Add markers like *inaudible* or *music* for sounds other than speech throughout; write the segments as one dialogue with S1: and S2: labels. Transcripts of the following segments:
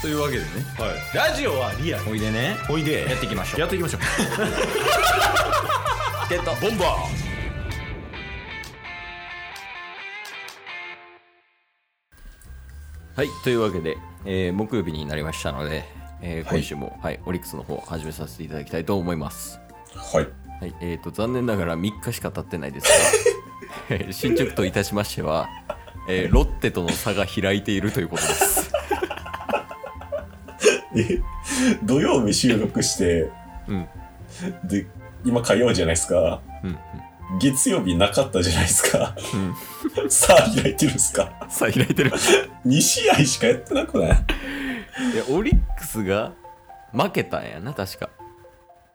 S1: というわけでね
S2: はい、ラジオはリアル
S1: おいでね
S2: おいで
S1: やっていきましょう
S2: やっていきましょう
S1: *laughs* ゲット
S2: ボンバ
S1: はいというわけで、えー木曜日になりましたので、えー今週も、はいオリックスの方始めさせていただきたいと思います
S3: はい。
S1: はいえー、と残念ながら3日しか経ってないですがえ
S2: *laughs*
S1: ー進捗といたしましては、えーロッテとの差が開いているということです、 *laughs*
S3: え、 *laughs* 土曜日収録して、
S1: うん
S3: で、今火曜じゃないですか。
S1: うん
S3: 月曜日なかったじゃないですか。 *laughs* さあ開いてるんですか。
S1: うん、差開いてる
S3: 2試合しかやってなくない
S1: いやオリックスが負けたんやな確か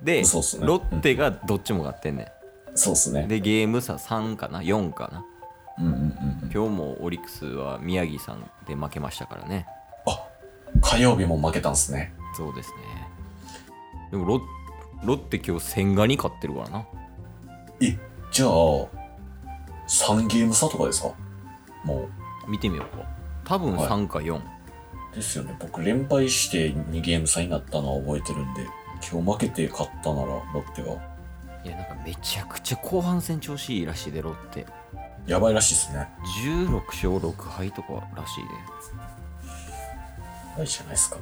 S1: で、
S3: そうっすね
S1: ロッテがどっちも勝ってんね
S3: そうっす
S1: ん
S3: ね。
S1: でゲーム差3かな4かな
S3: うんうんうん。
S1: 今日もオリックスは宮城さんで負けましたからね
S3: あ、火曜日も負けたんすね。
S1: そうですねでもロッロッテ今日千賀に勝ってるからな
S3: え、じゃあ、3ゲーム差とかですかも
S1: 見てみようか多分
S3: はい
S1: 3か4、
S3: う。ですよね。僕連敗して2ゲーム差になったのは覚えてるんで、今日負けて勝ったなら、ロッテは。
S1: い、やなんかめちゃくちゃ後半戦調子いいらしいでロッテ
S3: やばいらしいですね。
S1: 16勝6敗とからしいで
S3: やばいじゃないですか。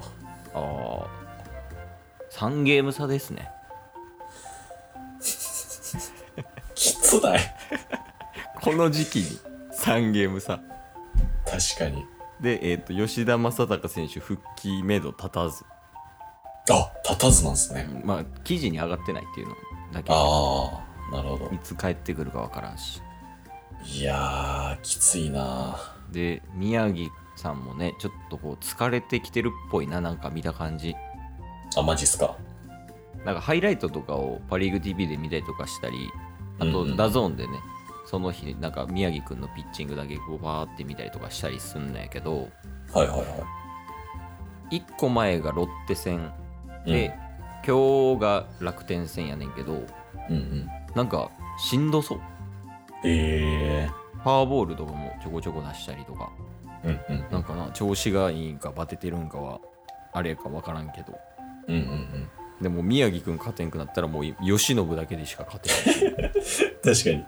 S1: ああ3ゲーム差ですね
S3: *laughs* きつない。
S1: この時期に3ゲーム差
S3: 確かに。
S1: で、えー、と吉田正尚選手復帰めど立たず
S3: あ、立たずなんですね。
S1: まあ記事に上がってないっていうのだけ
S3: ああ、なるほど
S1: い。つ帰ってくるかわからんし
S3: いやー、きついな
S1: で宮城さんもねちょっとこう疲れてきてるっぽいななんか見た感じ
S3: あ、マジっすか。
S1: なんかハイライトとかをパ・リーグ TV で見たりとかしたりあ
S3: うん
S1: と
S3: うん
S1: ダゾーンでね、その日なんか宮城くんのピッチングだけこうバーって見たりとかしたりすんのやけど
S3: はいはいは
S1: 1個前がロッテ戦
S3: い。
S1: で、今日が楽天戦やねんけど
S3: うん、うんうん。
S1: なんかしんどそう
S3: え
S1: ファーボールとかもちょこちょこ出したりとか
S3: ー、うんうん。
S1: なんかな調子がいいんかバテてるんかはあれかわからんけど
S3: うんうんうん。
S1: でも宮城くん勝てんくなったらもう慶喜だけでしか勝てない
S3: 確かに。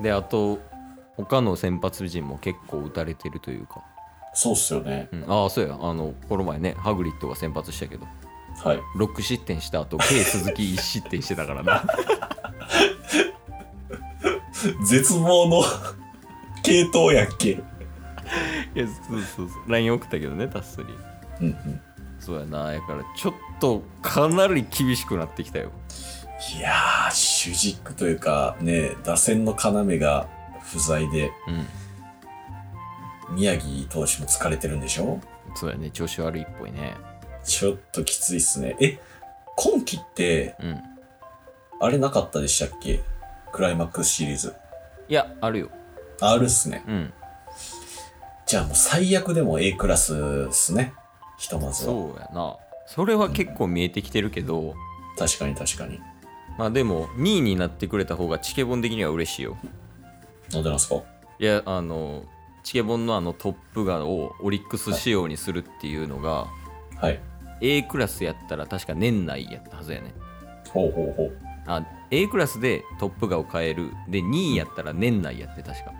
S1: であと他の先発陣も結構打たれてるというか、
S3: そうっすよね。
S1: うん、ああそうやあのこの前ねハグリッドが先発したけど
S3: はい。
S1: 6失点した後 K 鈴木1失点してたからな
S3: 絶望の *laughs* 系統やっけ。
S1: いやそうそうそう LINE 送ったけどねタッスに
S3: うんうん。
S1: そうやなやからちょっとかなり厳しくなってきたよ
S3: いやー、主軸というか、ね、打線の要が不在で、
S1: うん
S3: 宮城投手も疲れてるんでしょ
S1: そうやね調子悪いっぽいね
S3: ちょっときついっすね。え、今季って、
S1: うん
S3: あれなかったでしたっけクライマックスシリーズ。
S1: いやあるよ
S3: あるっすね。
S1: うん
S3: じゃあもう最悪でも A クラスっすね。ひとまずは。
S1: そうやなそれは結構見えてきてるけど、
S3: 確かに確かに。
S1: まあでも2位になってくれた方がチケボン的には嬉しいよ
S3: なんでなんすか
S1: いやあのチケボンのあのトップガをオリックス仕様にするっていうのが、
S3: はい。
S1: A クラスやったら確か年内やったはずやね
S3: ほうほうほう。
S1: あ A クラスでトップガを変えるで2位やったら年内やって確か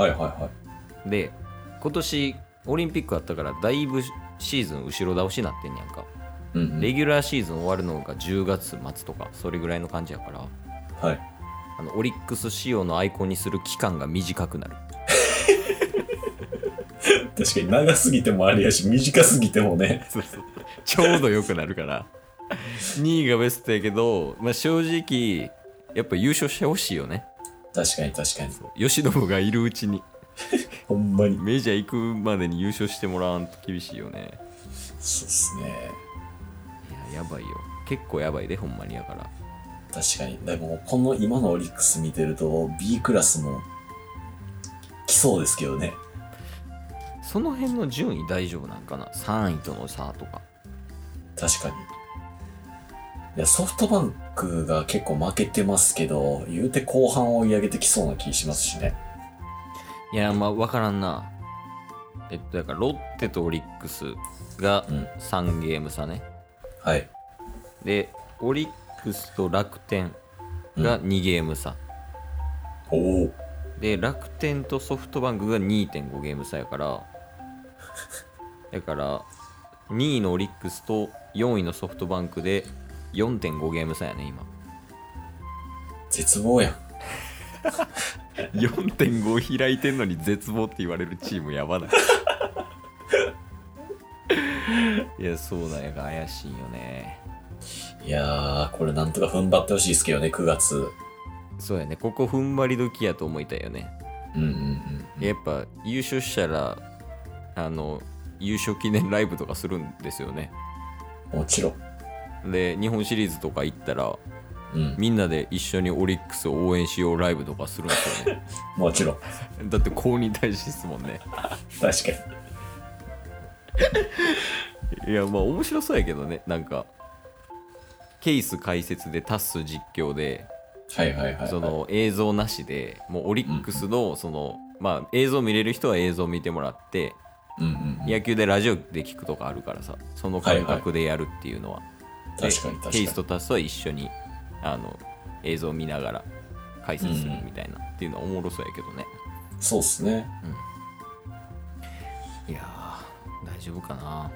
S3: はいはいは
S1: で今年オリンピックあったからだいぶシーズン後ろ倒しになってんねやんか
S3: い。うん、うん。
S1: レギュラーシーズン終わるのが10月末とかそれぐらいの感じやから
S3: はい。
S1: あのオリックス仕様のアイコンにする期間が短くな *laughs* る
S3: 確かに長すぎてもあれやし、短すぎてもね。
S1: ちょうど良くなるから2位がベストやけど、まあ、正直やっぱ優勝してほしいよね
S3: 確かに確かに。
S1: 吉野がいるうちに
S3: ほんまに。
S1: メジャー行くまでに優勝してもらわんと厳しいよね
S3: そうっすね。
S1: いややばいよ結構やばいでほんまにやから
S3: 確かに。でも、この今のオリックス見てると、B クラスも、来そうですけどね。
S1: その辺の順位大丈夫なんかな3位との差とか
S3: 確かに。いや、ソフトバンクが結構負けてますけど、言うて後半追い上げてきそうな気しますしね。
S1: いやまあ分からんなえっと、だからロッテとオリックスが
S3: うん
S1: 3ゲーム差ね。
S3: はい。
S1: で、オリックスと楽天が2ゲーム差。
S3: おお。
S1: で、楽天とソフトバンクが2.5ゲーム差やから、だから、2位のオリックスと4位のソフトバンクで4.5ゲーム差やね、今。
S3: 絶望やん。
S1: 4.5開いてんのに絶望って言われるチームや
S3: *laughs*
S1: ばないいやそうなんやが怪しいよね
S3: いやー、これなんとか踏ん張ってほしいですけどね、9月。
S1: そうやねここ踏ん張り時やと思いたいよね
S3: うんうんうん。
S1: やっぱ優勝したらあの優勝記念ライブとかするんですよね
S3: もちろん。
S1: で日本シリーズとか行ったら
S3: うん。
S1: みんなで一緒にオリックスを応援しようライブとかするんですよね
S3: *laughs* もちろん。
S1: だって公認大使ですもんね
S3: 確かに。
S1: いやまあ面白そうやけどねなんかケース解説でタス実況で
S3: はいはいはい、はい。
S1: その映像なしでもうオリックスのそのまあ映像見れる人は映像見てもらって
S3: うんうんうん。
S1: 野球でラジオで聞くとかあるからさその感覚でやるっていうのはで
S3: 確かに確か
S1: ケ
S3: に
S1: イス。とタスは一緒にあの映像見ながら解説するみたいなっていうのはおもろそうやけどね
S3: そうっすね。
S1: いやー大丈夫かな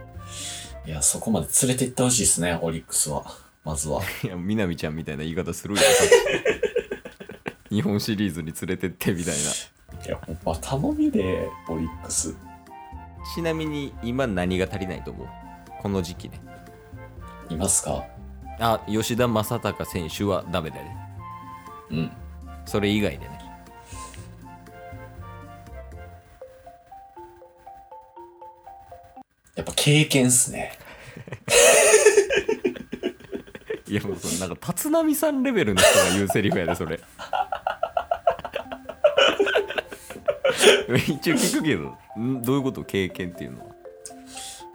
S1: い
S3: や、そこまで連れて行ってほしいっすね、オリックスは。まずは。
S1: いや、みなみちゃんみたいな言い方する *laughs* よ。日本シリーズに連れてってみたいな。
S3: いや、ほんま頼みで、オリックス。
S1: ちなみに今何が足りないと思うこの時期ね。
S3: いますか
S1: あ、吉田正尚選手はダメだね。
S3: うん。
S1: それ以外でね。
S3: やっぱ経験っすね。
S1: *laughs* いや、もうそのなんか立浪さんレベルの人が言うセリフやで、それ。 *laughs* 一応聞くけど、んどういうこと経験っていうのは。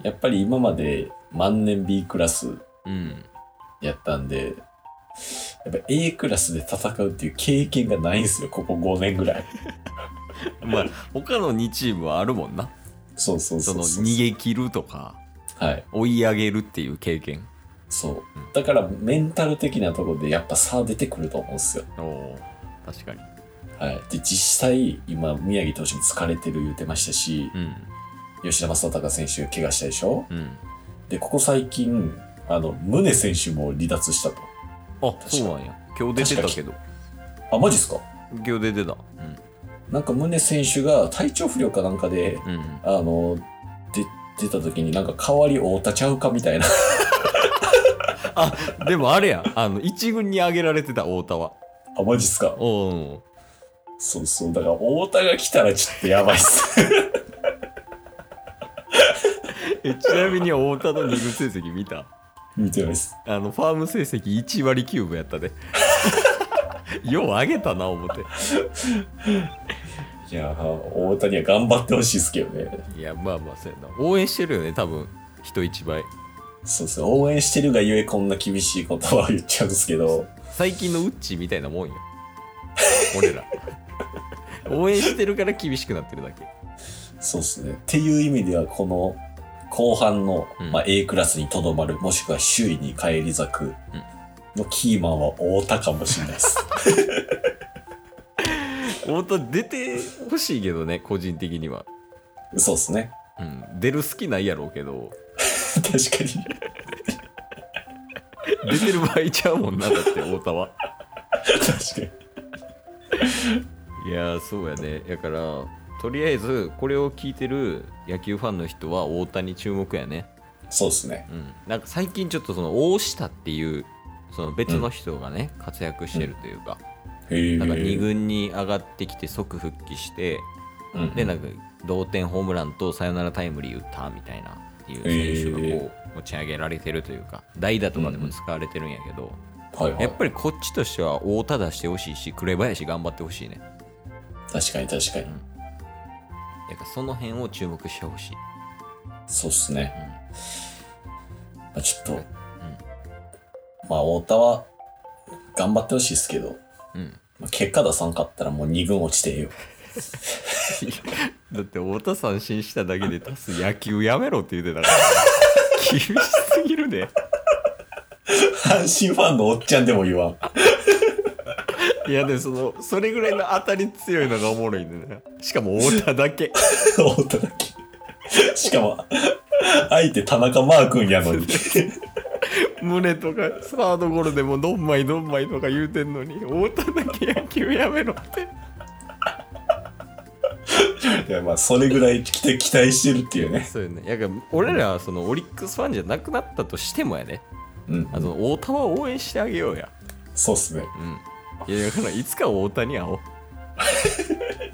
S3: やっぱり今まで万年 B クラス
S1: うん。
S3: やったんで、やっぱ A クラスで戦うっていう経験がないんですよ、ここ5年ぐらい。
S1: まあ、他の2チームはあるもんな。
S3: そうそうそ
S1: そうの
S3: そう。
S1: 逃げ切るとか、
S3: はい。
S1: 追い上げるっていう経験。
S3: そう。だからメンタル的なところでやっぱ差出てくると思うんですよ。
S1: おお確かに
S3: はい。で、実際、今、宮城投手に疲れてる言ってましたし、
S1: うん
S3: 吉田正尚選手が怪我したでしょ
S1: うん
S3: で、ここ最近、あの、宗選手も離脱したと。
S1: あそうなんや今日出てたけど
S3: あ、マジっすか
S1: 今日出てた
S3: なんか宗選手が体調不良かなんかで、
S1: うん、うん、
S3: あの、で、出た時になんか代わり太田ちゃうかみたいな。 *laughs*
S1: でもあれやあの一軍に上げられてた太田は
S3: あ、マジっすか
S1: おお
S3: そうそう。だから太田が来たらちょっとやばいっす。 *laughs*
S1: えちなみに太田の二軍成績見た
S3: 見てます。
S1: あのファーム成績1割9分や *laughs* ったでよう上げたな思って
S3: いやー、太田には頑張ってほしいっすけどね。
S1: いやまあまあそうやな応援してるよね多分人一倍
S3: そうですね。応援してるがゆえこんな厳しい言葉を言っちゃうんですけど。
S1: 最近のウッチみたいなもんよ俺 *laughs* ら応援してるから厳しくなってるだけ
S3: そうですね。っていう意味では、この後半の、
S1: うん
S3: まあ、A クラスにとどまる、もしくは周囲に返り咲くのキーマンは太田かもしれないです。 *laughs*
S1: 太田出てほしいけどね個人的には、
S3: そうですね。 *laughs*
S1: うん、出る好きないやろうけど
S3: 確かに。
S1: 出てる場合ちゃうもんなだって太田 *laughs* は
S3: 確かに。
S1: いやーそうやねだからとりあえずこれを聞いてる野球ファンの人は太田に注目やね
S3: そうですね。
S1: うんなんか最近ちょっとその大下っていうその別の人がね、活躍してるというか、
S3: へえ。
S1: なんか2軍に上がってきて即復帰して、
S3: うん
S1: でなんか同点ホームランとサヨナラタイムリー打ったみたいなっていう選手がこう持ち上げられてるというか代打とかでも使われてるんやけど、
S3: はいは
S1: や
S3: い
S1: っ。ぱりこっちとしては太田出してほしいし紅林頑張ってほしいね
S3: 確かに確かに。
S1: やっぱその辺を注目してほしい
S3: そうっすね。まあ、ちょっと、まあ、太田は頑張ってほしいですけど、
S1: うん *laughs*
S3: まあ結果出さんかったらもう2軍落ちてええよ。
S1: だって太田三振しただけで足す野球やめろって言ってたから厳しすぎるで
S3: *laughs* 阪神ファンのおっちゃんでも言わん。 *laughs*
S1: いやでもそのそれぐらいの当たり強いのがおもろいんだよなしかも太田だけ
S3: 思っただけ。しかも、相手田中マー君や
S1: *laughs*
S3: のに。
S1: 胸とかサードゴロでもどんまいどんまいとか言うてんのに太田だけ野球やめろって
S3: いや、まあ、それぐらい期待期待してるっていうね。
S1: そうよねいやだから俺らはそのオリックスファンじゃなくなったとしてもやね
S3: うん。
S1: あの太田は応援してあげようや
S3: そうっすね。
S1: うんいやだからいつか太田に会おう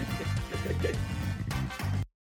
S2: す